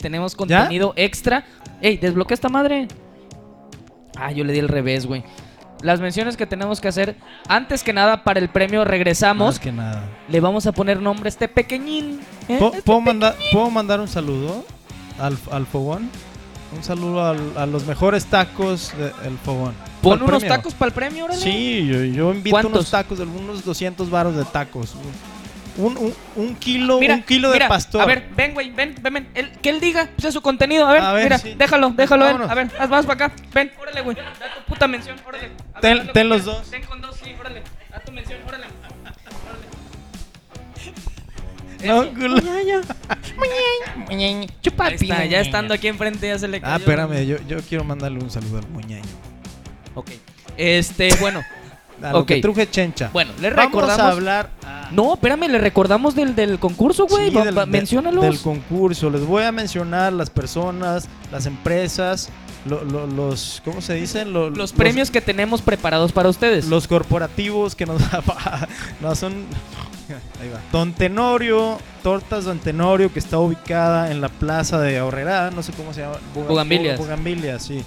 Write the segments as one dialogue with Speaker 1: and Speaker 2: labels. Speaker 1: tenemos contenido extra. Ey, desbloquea esta madre. Ah, yo le di el revés, güey. Las menciones que tenemos que hacer, antes que nada, para el premio regresamos.
Speaker 2: Más que nada.
Speaker 1: Le vamos a poner nombre a este pequeñín. ¿eh?
Speaker 2: ¿Puedo,
Speaker 1: Este
Speaker 2: puedo
Speaker 1: pe-
Speaker 2: mandar, ¿puedo mandar un saludo al, al Fogón? Un saludo al- a los mejores tacos del Fogón.
Speaker 1: Pon
Speaker 2: Al
Speaker 1: unos
Speaker 2: premio.
Speaker 1: tacos para el premio, órale.
Speaker 2: Sí, yo, yo invito
Speaker 1: ¿Cuántos?
Speaker 2: unos tacos, de unos 200 varos de tacos. Un, un- un kilo, un kilo
Speaker 1: mira,
Speaker 2: de pastor.
Speaker 1: A ver, ven, güey, ven, ven, ven. El- que él diga, pues es su contenido. A ver,
Speaker 2: A ver,
Speaker 1: mira,
Speaker 2: sí.
Speaker 1: déjalo, déjalo. ven.
Speaker 2: Vámonos.
Speaker 1: A ver, haz- vamos para acá. Ven, órale, güey. Da tu puta mención, órale. A ver,
Speaker 2: Ten-
Speaker 1: haz lo que
Speaker 2: ten los
Speaker 1: quieras.
Speaker 2: dos.
Speaker 1: Ten con dos, sí, órale. Da tu mención, órale.
Speaker 2: No,
Speaker 1: eh,
Speaker 2: culo.
Speaker 1: Ahí está, ya estando aquí enfrente ya se le cayó.
Speaker 2: Ah, espérame, yo, yo quiero mandarle un saludo al muñeño.
Speaker 1: Ok. Este, bueno.
Speaker 2: A lo
Speaker 1: Ok.
Speaker 2: que truje chencha.
Speaker 1: Bueno, le
Speaker 2: Vamos a
Speaker 1: recordamos...
Speaker 2: hablar
Speaker 1: No, espérame, le recordamos del, del concurso, güey.
Speaker 2: Sí,
Speaker 1: Va-
Speaker 2: del-
Speaker 1: va-
Speaker 2: de-
Speaker 1: menciónalos.
Speaker 2: Del concurso. Les voy a mencionar las personas, las empresas, lo- lo- los. ¿Cómo se dicen? Lo-
Speaker 1: los premios que tenemos preparados para ustedes.
Speaker 2: Los, los corporativos que nos. no son. Ahí va. Don Tenorio, Tortas Don Tenorio, que está ubicada en la plaza de Ahorrerá, no sé cómo se llama. Buga-
Speaker 1: Bugambilias.
Speaker 2: Bugambilias, sí.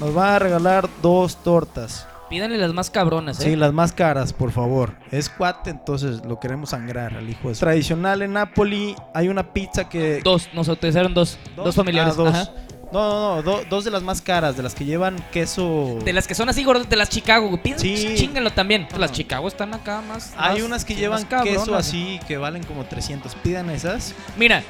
Speaker 2: Nos va a regalar dos tortas.
Speaker 1: Pídanle las más cabronas, ¿eh?
Speaker 2: Sí, las más caras, por favor. Es cuate, entonces lo queremos sangrar al hijo. de su- Tradicional en Napoli hay una pizza que,
Speaker 1: Dos, nos autorizaron dos. Dos, familiares.
Speaker 2: Ah, dos.
Speaker 1: ajá.
Speaker 2: No, no, no, do- dos de las más caras, de las que llevan queso.
Speaker 1: De las que son así gordas, de las Chicago, güey. Piensa,
Speaker 2: Sí.
Speaker 1: ch- chínganlo también. Pues Las Chicago están acá más.
Speaker 2: Hay
Speaker 1: más-
Speaker 2: unas que
Speaker 1: más
Speaker 2: llevan
Speaker 1: cabronas,
Speaker 2: queso
Speaker 1: güey.
Speaker 2: así que valen como 300. Pidan esas.
Speaker 1: Mira,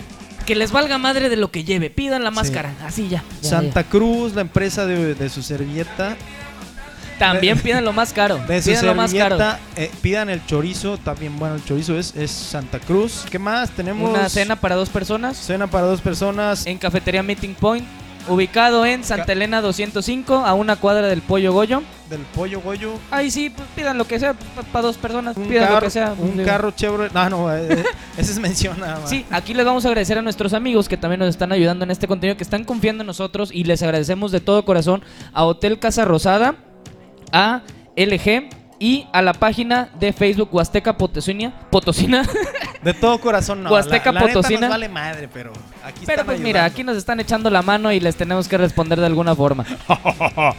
Speaker 1: que les valga madre de lo que lleve. Pidan la
Speaker 2: Sí.
Speaker 1: máscara. Así ya. ya,
Speaker 2: Santa Cruz, la empresa de, de su servilleta.
Speaker 1: ya. También pidan lo más caro.
Speaker 2: De su
Speaker 1: pidan lo más caro.
Speaker 2: servilleta, eh, pidan el chorizo. También, bueno, el chorizo es, es Santa Cruz. ¿Qué más? Tenemos.
Speaker 1: Una cena Eh. para dos personas
Speaker 2: Cena para dos personas.
Speaker 1: en Cafetería Meeting Point. Ubicado en Santa Elena 205, a una cuadra del Pollo Goyo.
Speaker 2: Del pollo goyo.
Speaker 1: Ahí sí, pues pidan lo que sea para dos personas.
Speaker 2: Un,
Speaker 1: pidan
Speaker 2: carro,
Speaker 1: lo que sea.
Speaker 2: un
Speaker 1: digo.
Speaker 2: carro Chevrolet. No, no, eh, eh, ese es menciona.
Speaker 1: Sí, aquí les vamos a agradecer a nuestros amigos que también nos están ayudando en este contenido, que están confiando en nosotros y les agradecemos de todo corazón a Hotel Casa Rosada, a LG y a la página de Facebook Huasteca Potosina. Potosina.
Speaker 2: De todo corazón, no.
Speaker 1: Huasteca
Speaker 2: la, la neta
Speaker 1: Potosina.
Speaker 2: nos vale madre, pero aquí
Speaker 1: Pero
Speaker 2: están
Speaker 1: pues mira, aquí
Speaker 2: ayudando.
Speaker 1: nos están echando la mano y les tenemos que responder de alguna forma.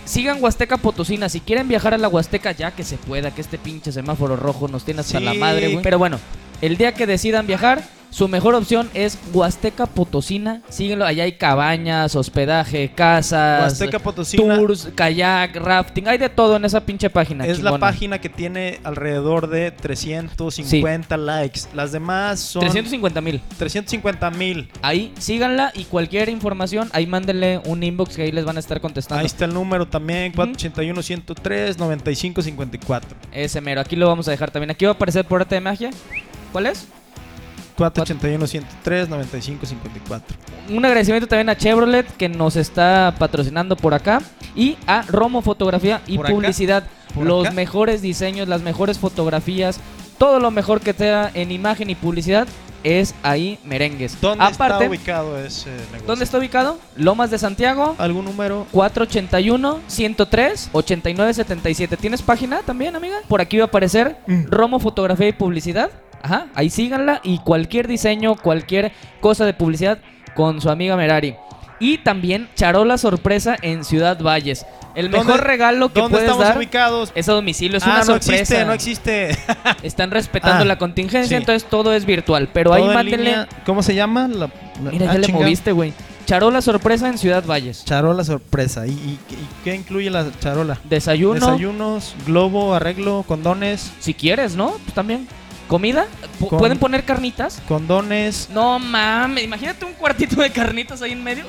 Speaker 1: Sigan Huasteca Potosina. Si quieren viajar a la Huasteca, ya que se pueda, que este pinche semáforo rojo nos tiene hasta
Speaker 2: Sí.
Speaker 1: la madre, güey. Pero bueno, el día que decidan viajar, su mejor opción es Huasteca Potosina. Síguenlo, allá hay cabañas, hospedaje, casas,
Speaker 2: Huasteca Potosina
Speaker 1: tours, kayak, rafting. Hay de todo en esa pinche página.
Speaker 2: es la
Speaker 1: chingona.
Speaker 2: página que tiene alrededor de 350 likes. Las demás son
Speaker 1: 350 mil.
Speaker 2: 350 mil.
Speaker 1: Ahí síganla y cualquier información, ahí mándenle un inbox que ahí les van a estar contestando.
Speaker 2: Ahí está el número también, 481-103-9554.
Speaker 1: Ese mero, aquí lo vamos a dejar también. Aquí va a aparecer por arte de magia. ¿Cuál es?
Speaker 2: 481-103-9554.
Speaker 1: Un agradecimiento también a Chevrolet que nos está patrocinando por acá y a Romo Fotografía y
Speaker 2: ¿Por acá?
Speaker 1: Publicidad.
Speaker 2: ¿Por
Speaker 1: Los
Speaker 2: acá?
Speaker 1: mejores diseños, las mejores fotografías, todo lo mejor que sea en imagen y publicidad es ahí merengues.
Speaker 2: ¿Dónde
Speaker 1: Aparte,
Speaker 2: está ubicado ese negocio?
Speaker 1: ¿dónde está ubicado? Lomas de Santiago.
Speaker 2: ¿Algún número?
Speaker 1: 481 103 8977. ¿Tienes página también, amiga? Por aquí va a aparecer
Speaker 2: Mm.
Speaker 1: Romo Fotografía y Publicidad. Ajá, ahí síganla y cualquier diseño, cualquier cosa de publicidad con su amiga Merari. Y también Charola Sorpresa en Ciudad Valles. El
Speaker 2: ¿Dónde-
Speaker 1: mejor regalo que
Speaker 2: ¿Dónde
Speaker 1: puedes
Speaker 2: estamos
Speaker 1: dar
Speaker 2: ubicados?
Speaker 1: es a domicilio, es
Speaker 2: ah,
Speaker 1: una
Speaker 2: no
Speaker 1: sorpresa.
Speaker 2: existe, no existe.
Speaker 1: Están respetando
Speaker 2: Ah,
Speaker 1: la contingencia,
Speaker 2: sí.
Speaker 1: entonces todo es virtual. Pero
Speaker 2: Todo
Speaker 1: ahí
Speaker 2: en
Speaker 1: mándenle.
Speaker 2: línea. ¿Cómo se llama? La, la-
Speaker 1: Mira,
Speaker 2: ah,
Speaker 1: ya le
Speaker 2: chinga.
Speaker 1: moviste, güey. Charola Sorpresa en Ciudad Valles.
Speaker 2: Charola sorpresa. ¿Y, y- y qué incluye la charola?
Speaker 1: Desayuno,
Speaker 2: Desayunos, globo, arreglo, condones,
Speaker 1: Si quieres, ¿no? Pues también. ¿Comida? P-
Speaker 2: Con-
Speaker 1: ¿Pueden poner carnitas?
Speaker 2: condones.
Speaker 1: No mames, imagínate un cuartito de carnitas ahí en medio.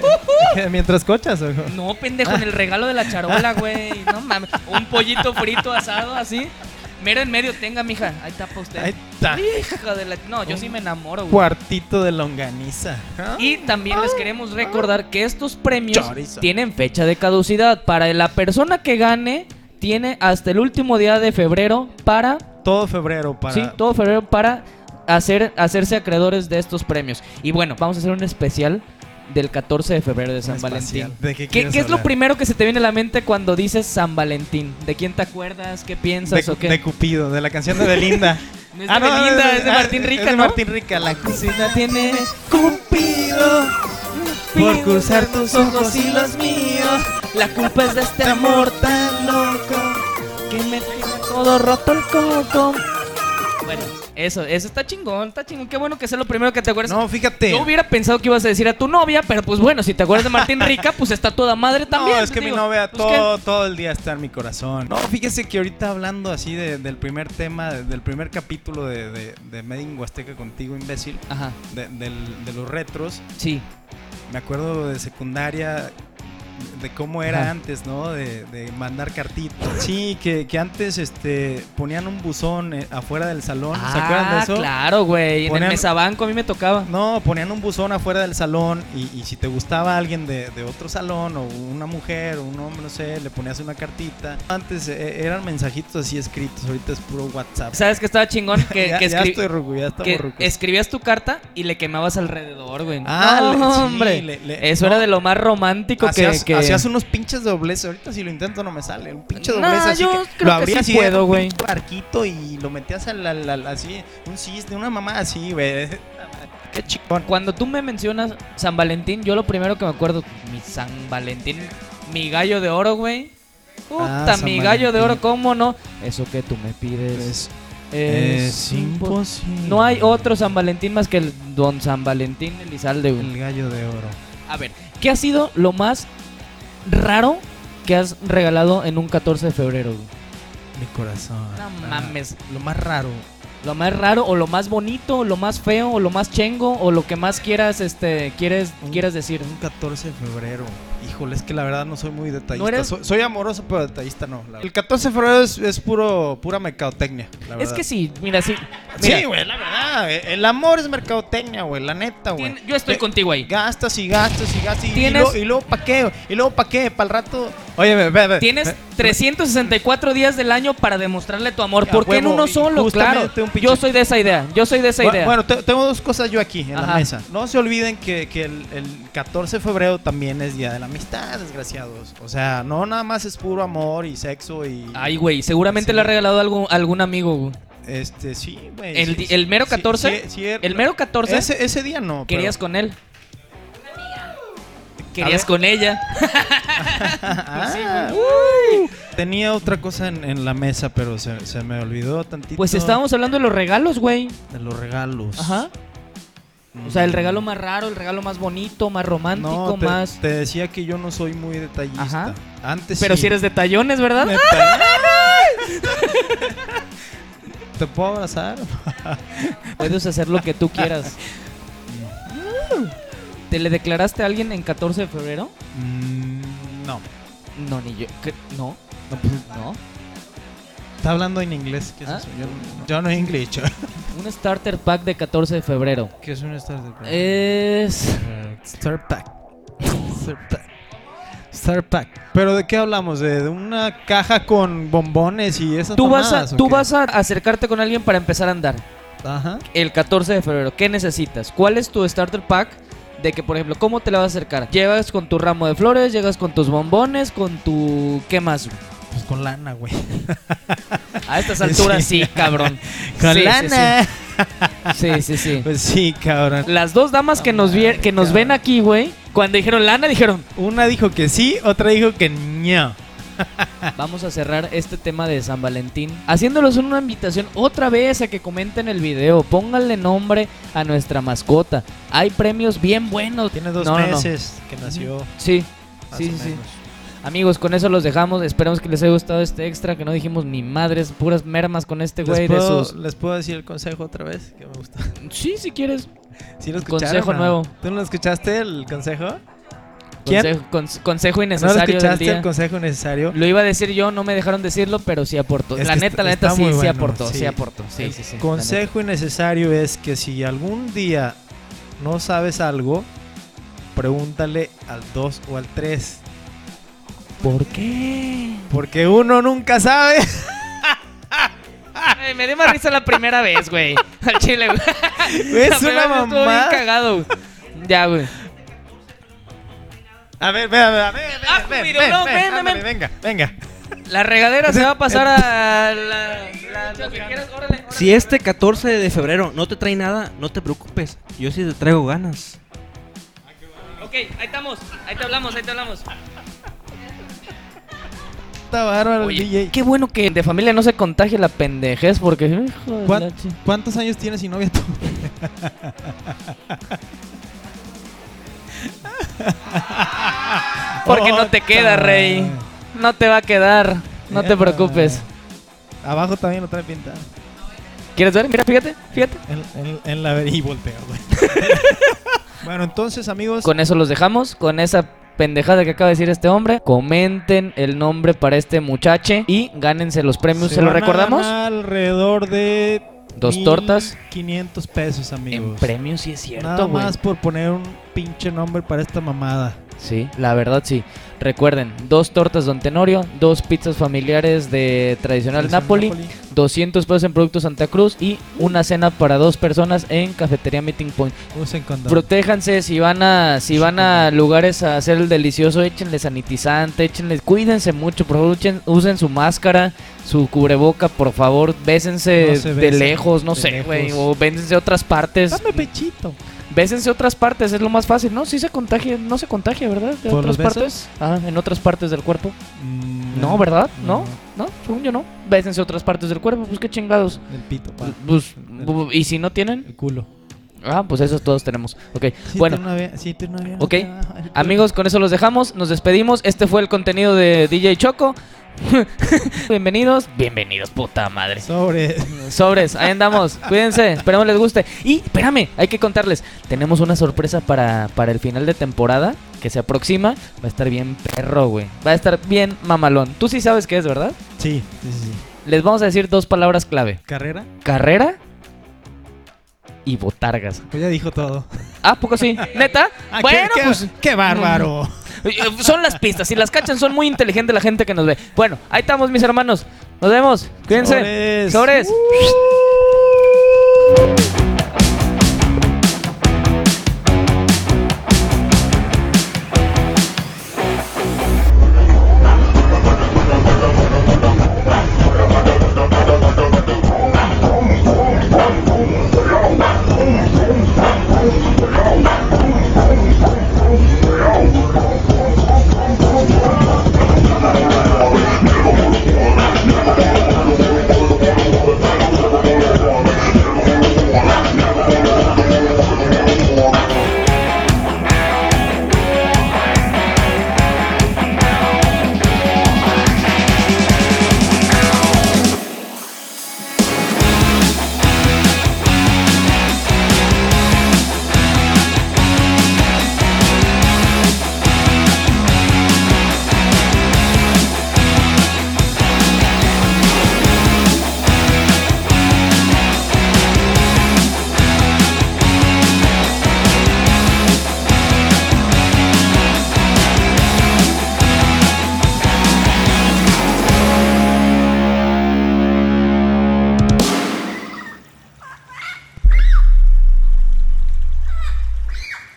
Speaker 1: Uh,
Speaker 2: Mientras cochas. o-
Speaker 1: no, pendejo, en el regalo de la charola, güey. No mames. Un pollito frito asado así. Mira en medio, tenga, mija. Ahí tapa usted.
Speaker 2: Ahí está.
Speaker 1: Hija de la- No, yo sí me enamoro, güey.
Speaker 2: Cuartito de longaniza. ¿Ah?
Speaker 1: Y también les queremos recordar que estos premios
Speaker 2: Chorizo.
Speaker 1: tienen fecha de caducidad. Para la persona que gane, tiene hasta el último día de febrero para
Speaker 2: Todo febrero para.
Speaker 1: Sí, todo febrero para hacer, hacerse acreedores de estos premios. Y bueno, vamos a hacer un especial del 14 de febrero de San
Speaker 2: espacial.
Speaker 1: Valentín.
Speaker 2: ¿De qué,
Speaker 1: ¿Qué,
Speaker 2: quieres
Speaker 1: qué es lo
Speaker 2: hablar?
Speaker 1: primero que se te viene a la mente cuando dices San Valentín? ¿De quién te acuerdas? ¿Qué piensas
Speaker 2: De,
Speaker 1: o qué?
Speaker 2: de Cupido, de la canción de Belinda. Ah,
Speaker 1: No es de Belinda, es de Martín Rica,
Speaker 2: Es de
Speaker 1: ¿no?
Speaker 2: Martín Rica, la
Speaker 1: Si no tiene
Speaker 2: Cupido. Por cruzar tus ojos y los míos.
Speaker 1: La culpa es de este
Speaker 2: Este amor
Speaker 1: amor
Speaker 2: tan loco.
Speaker 1: que me deja todo roto el coco. Bueno, eso, eso está chingón, está chingón. Qué bueno que sea lo primero que te acuerdas.
Speaker 2: No, fíjate.
Speaker 1: Yo hubiera pensado que ibas a decir a tu novia, pero pues bueno, si te acuerdas de Martín Rica, pues está toda madre también.
Speaker 2: no, es que
Speaker 1: digo,
Speaker 2: mi novia
Speaker 1: pues,
Speaker 2: todo, todo el día está en mi corazón. No, fíjese que ahorita hablando así de- del primer tema, de- del primer capítulo de, de, de Made in Huasteca contigo, imbécil,
Speaker 1: ¿qué? Ajá,
Speaker 2: de, del- de los retros,
Speaker 1: sí.
Speaker 2: me acuerdo de secundaria, de cómo era
Speaker 1: Ajá.
Speaker 2: antes, ¿no? De, de mandar cartitas. Sí, que, que antes este, ponían un buzón eh, afuera del salón, ¿se acuerdan de
Speaker 1: Ah,
Speaker 2: eso?
Speaker 1: claro, güey. En el
Speaker 2: Ponían-
Speaker 1: mesabanco a mí me tocaba.
Speaker 2: No, ponían un buzón afuera del salón y, y si te gustaba alguien de, de otro salón o una mujer o un hombre, no sé, le ponías una cartita. Antes eh, eran mensajitos así escritos, ahorita es puro WhatsApp.
Speaker 1: ¿Sabes que estaba chingón? Que,
Speaker 2: ya,
Speaker 1: que
Speaker 2: ya
Speaker 1: escri-
Speaker 2: estoy ruco, ya estamos
Speaker 1: que
Speaker 2: rucos.
Speaker 1: escribías tu carta y le quemabas alrededor, güey.
Speaker 2: Ah,
Speaker 1: No,
Speaker 2: le- sí,
Speaker 1: hombre.
Speaker 2: le- le-
Speaker 1: Eso
Speaker 2: no.
Speaker 1: era de lo más romántico que-
Speaker 2: Hacías,
Speaker 1: que...
Speaker 2: hacías unos pinches dobleces, ahorita si lo intento no me sale, un pinche doblez
Speaker 1: Nah,
Speaker 2: así
Speaker 1: yo
Speaker 2: que
Speaker 1: creo que
Speaker 2: lo abrías
Speaker 1: sí
Speaker 2: y era
Speaker 1: puedo,
Speaker 2: un
Speaker 1: güey.
Speaker 2: pinche barquito y lo metías al, al- al- así, un cis de una mamá así, güey. Qué chingón.
Speaker 1: Cuando tú me mencionas San Valentín, yo lo primero que me acuerdo, mi San Valentín, mi gallo de oro, güey.
Speaker 2: Ah,
Speaker 1: Puta,
Speaker 2: San
Speaker 1: mi gallo de oro,
Speaker 2: Valentín.
Speaker 1: ¿cómo no? Eso que tú me pides
Speaker 2: Es,
Speaker 1: es, impos- No hay otro San Valentín más que el Don San Valentín Elizalde, güey.
Speaker 2: El gallo de oro.
Speaker 1: A ver, ¿qué ha sido lo más raro que has regalado en un 14 de febrero, güey?
Speaker 2: Mi corazón.
Speaker 1: No
Speaker 2: Ah,
Speaker 1: mames.
Speaker 2: Lo más raro.
Speaker 1: Lo más raro, o lo más bonito, o lo más feo, o lo más chengo, o lo que más quieras, este, quieres,
Speaker 2: Un-
Speaker 1: quieras decir.
Speaker 2: Un 14 de febrero. Híjole, es que la verdad no soy muy detallista.
Speaker 1: ¿No eres?
Speaker 2: Soy, soy amoroso, pero detallista no. la- El 14 de febrero es, es puro, pura mercadotecnia, la
Speaker 1: Es
Speaker 2: verdad.
Speaker 1: que sí, mira, sí. mira,
Speaker 2: Sí, güey, la verdad. eh, El amor es mercadotecnia, güey, la neta, güey.
Speaker 1: Tien- yo estoy
Speaker 2: Eh,
Speaker 1: contigo ahí.
Speaker 2: Gastas y gastas y gastas. Y, y
Speaker 1: Tienes-
Speaker 2: luego- y luego pa' qué, güey, y luego pa' qué, para el rato. Oye, ve, ve, ve,
Speaker 1: Tienes
Speaker 2: ve.
Speaker 1: 364 días del año para demostrarle tu amor.
Speaker 2: A
Speaker 1: ¿Por qué en
Speaker 2: huevo,
Speaker 1: uno solo? Claro.
Speaker 2: justamente un pinche-
Speaker 1: Yo soy de esa idea. Yo soy de esa
Speaker 2: Bueno,
Speaker 1: idea.
Speaker 2: Bueno, te- tengo dos cosas yo aquí en
Speaker 1: Ajá.
Speaker 2: la mesa. No se olviden que, que el, el 14 de febrero también es Día de la Amistad, desgraciados. O sea, no nada más es puro amor y sexo y...
Speaker 1: Ay, güey, seguramente
Speaker 2: Sí.
Speaker 1: le ha regalado algo, algún amigo. güey.
Speaker 2: Este, sí, güey.
Speaker 1: El
Speaker 2: sí,
Speaker 1: di-
Speaker 2: sí,
Speaker 1: el mero
Speaker 2: sí,
Speaker 1: 14,
Speaker 2: sí, sí, er-
Speaker 1: El mero 14
Speaker 2: Ese, ese día no. pero-
Speaker 1: querías con él.
Speaker 2: A
Speaker 1: Querías
Speaker 2: ver.
Speaker 1: con ella.
Speaker 2: Ah, Tenía otra cosa en, en la mesa, pero se, se me olvidó tantito.
Speaker 1: Pues estábamos hablando de los regalos, güey.
Speaker 2: De los regalos.
Speaker 1: Ajá. O sea, el
Speaker 2: Mm.
Speaker 1: regalo más raro, el regalo más bonito, más romántico,
Speaker 2: te,
Speaker 1: más.
Speaker 2: te decía que yo no soy muy detallista.
Speaker 1: Ajá.
Speaker 2: Antes
Speaker 1: Pero
Speaker 2: sí.
Speaker 1: si eres de tallones, ¿verdad?
Speaker 2: Neta. ¿Te puedo abrazar?
Speaker 1: Puedes hacer lo que tú quieras. ¿Te le declaraste a alguien en 14 de febrero?
Speaker 2: Mm, no.
Speaker 1: No, ni yo. ¿Qué? No,
Speaker 2: No, pues,
Speaker 1: no.
Speaker 2: Está hablando en inglés. ¿Qué es
Speaker 1: ¿Ah?
Speaker 2: eso? Yo, no- yo no inglés.
Speaker 1: Un starter pack de 14 de febrero.
Speaker 2: ¿Qué es un starter pack?
Speaker 1: Es.
Speaker 2: Eh, Star pack. Star pack. Star pack. ¿Pero de qué hablamos? ¿De, de una caja con bombones y esas
Speaker 1: Tú vas, a,
Speaker 2: mamadas, o
Speaker 1: tú
Speaker 2: qué?
Speaker 1: vas a acercarte con alguien para empezar a andar.
Speaker 2: Ajá.
Speaker 1: El 14 de febrero, ¿qué necesitas? ¿Cuál es tu starter pack? De que, por ejemplo, ¿cómo te la vas a acercar? Llegas con tu ramo de flores, llegas con tus bombones, con tu... ¿Qué más? güey?
Speaker 2: Pues con lana, güey.
Speaker 1: A estas alturas sí,
Speaker 2: Sí.
Speaker 1: cabrón.
Speaker 2: Con
Speaker 1: Sí, sí,
Speaker 2: lana.
Speaker 1: Sí, sí, sí.
Speaker 2: Pues sí, cabrón.
Speaker 1: Las dos damas que nos, vier- que nos ven aquí, güey, cuando dijeron lana, dijeron,
Speaker 2: Una dijo que sí, otra dijo que no.
Speaker 1: vamos a cerrar este tema de San Valentín, haciéndolos una invitación otra vez a que comenten el video, pónganle nombre a nuestra mascota. Hay premios bien buenos.
Speaker 2: Tiene dos
Speaker 1: No, no, no.
Speaker 2: meses que nació.
Speaker 1: Sí,
Speaker 2: más
Speaker 1: sí,
Speaker 2: o
Speaker 1: sí, sí.
Speaker 2: menos.
Speaker 1: Amigos, con eso los dejamos. Esperamos que les haya gustado este extra, que no dijimos ni madres, puras mermas con este güey
Speaker 2: ¿Les,
Speaker 1: de
Speaker 2: puedo,
Speaker 1: sus...
Speaker 2: les puedo decir el consejo otra vez? Que me gusta.
Speaker 1: Sí, si quieres.
Speaker 2: ¿Sí lo escucharon?
Speaker 1: Consejo
Speaker 2: o no?
Speaker 1: nuevo.
Speaker 2: ¿Tú no lo escuchaste el consejo? ¿Quién?
Speaker 1: Consejo, cons- consejo
Speaker 2: ¿No lo
Speaker 1: innecesario del
Speaker 2: escuchaste
Speaker 1: día.
Speaker 2: el consejo necesario?
Speaker 1: Lo iba a decir yo, no me dejaron decirlo, pero sí aportó.
Speaker 2: Es
Speaker 1: la
Speaker 2: que
Speaker 1: neta,
Speaker 2: está-
Speaker 1: la neta
Speaker 2: está
Speaker 1: sí,
Speaker 2: muy
Speaker 1: sí
Speaker 2: bueno,
Speaker 1: aportó, sí,
Speaker 2: sí.
Speaker 1: aportó. Sí,
Speaker 2: El
Speaker 1: sí, sí. la
Speaker 2: Consejo innecesario es que si algún día no sabes algo, pregúntale al 2 o al 3.
Speaker 1: neta. ¿Por qué?
Speaker 2: Porque uno nunca sabe.
Speaker 1: Ay, me dio más risa la primera vez, güey. Al chile, güey. La
Speaker 2: es
Speaker 1: primera
Speaker 2: una
Speaker 1: vez estuvo bien
Speaker 2: mamada.
Speaker 1: cagado, güey. Ya, güey.
Speaker 2: A ver, ve, a ver, a ver,
Speaker 1: Ah,
Speaker 2: ven, ven,
Speaker 1: video,
Speaker 2: ven,
Speaker 1: no,
Speaker 2: ven,
Speaker 1: ven,
Speaker 2: ándale,
Speaker 1: ven.
Speaker 2: venga, venga.
Speaker 1: La regadera se va a pasar a la. la- lo que quieras, órale, órale.
Speaker 3: Si este 14 de febrero no te trae nada, no te preocupes. Yo sí te traigo ganas.
Speaker 2: Ok,
Speaker 1: Ok, ahí estamos. Ahí te hablamos, ahí te hablamos.
Speaker 2: Está bárbaro el
Speaker 1: Oye,
Speaker 2: DJ.
Speaker 1: Qué bueno que de familia no se contagie la pendejez porque... hijo de
Speaker 2: ¿Cuán-
Speaker 1: la chi-
Speaker 2: ¿Cuántos años tiene sin novia tú? Oh,
Speaker 1: Porque no te queda, rey. No te va a quedar. No te preocupes.
Speaker 2: Eh, Abajo también lo trae pintado.
Speaker 1: ¿Quieres ver? Mira, fíjate, fíjate.
Speaker 2: En, en- en la ver- y volteo, güey. bueno, entonces, amigos,
Speaker 1: Con eso los dejamos, con esa pendejada que acaba de decir este hombre. Comenten el nombre para este muchache y gánense los premios. ¿Se, lo
Speaker 2: van a
Speaker 1: recordamos?
Speaker 2: ganar Alrededor de.
Speaker 1: Dos tortas.
Speaker 2: 500 pesos,
Speaker 1: En
Speaker 2: amigos.
Speaker 1: premios, sí es
Speaker 2: Nada
Speaker 1: cierto, güey.
Speaker 2: más por poner un pinche nombre para esta mamada.
Speaker 1: Sí, la verdad sí. Recuerden, dos tortas Don Tenorio, dos pizzas familiares de tradicional
Speaker 2: Selección
Speaker 1: Napoli, 200 pesos en productos Santa Cruz y una cena para dos personas en Cafetería Meeting Point.
Speaker 2: Usen condón.
Speaker 1: Protéjanse si van a si van a lugares a hacer el delicioso, échenle sanitizante, échenle, cuídense mucho, por favor, echen- usen su máscara, su cubreboca, por favor, bésense
Speaker 2: No se
Speaker 1: de
Speaker 2: besen,
Speaker 1: lejos, no
Speaker 2: de
Speaker 1: sé, güey,
Speaker 2: lejos. Ah.
Speaker 1: o bésense a otras partes.
Speaker 2: Dame pechito.
Speaker 1: Bésense otras partes, es lo más fácil. No, sí se contagia, no se contagia, ¿verdad? De
Speaker 2: ¿Por
Speaker 1: otras
Speaker 2: los besos?
Speaker 1: partes. Ah, en otras partes del cuerpo.
Speaker 2: Mm,
Speaker 1: No, ¿verdad? No,
Speaker 2: no.
Speaker 1: no, según yo no. Bésense otras partes del cuerpo, pues qué chingados.
Speaker 2: El pito, pa.
Speaker 1: Pues, bu- y si no tienen,
Speaker 2: El culo.
Speaker 1: ah, pues esos todos tenemos. Ok,
Speaker 2: Sí,
Speaker 1: bueno.
Speaker 2: tiene una vea- sí, tiene una vea-
Speaker 1: Ok.
Speaker 2: ah, el culo.
Speaker 1: Amigos, con eso los dejamos, nos despedimos. Este fue el contenido de DJ Choco. Bienvenidos, bienvenidos, puta madre.
Speaker 2: Sobre.
Speaker 1: Sobres, ahí andamos. Cuídense, esperemos les guste. Y espérame, hay que contarles. Tenemos una sorpresa para, para el final de temporada que se aproxima. Va a estar bien perro, güey. Va a estar bien mamalón. Tú sí sabes qué es, ¿verdad?
Speaker 2: Sí, sí, sí. sí.
Speaker 1: Les vamos a decir dos palabras clave.
Speaker 2: ¿Carrera?
Speaker 1: Carrera y botargas.
Speaker 2: Pues ya dijo todo.
Speaker 1: Ah, ¿a poco sí. ¿Neta?
Speaker 2: Ah, qué-
Speaker 1: bueno,
Speaker 2: qué,
Speaker 1: pues...
Speaker 2: qué bárbaro.
Speaker 1: eh, Son las pistas, si las cachan son muy inteligente la gente que nos ve. Bueno, ahí estamos mis
Speaker 2: Uh.
Speaker 1: hermanos. Nos vemos. Cuídense.
Speaker 2: Sobres.
Speaker 1: Sobres.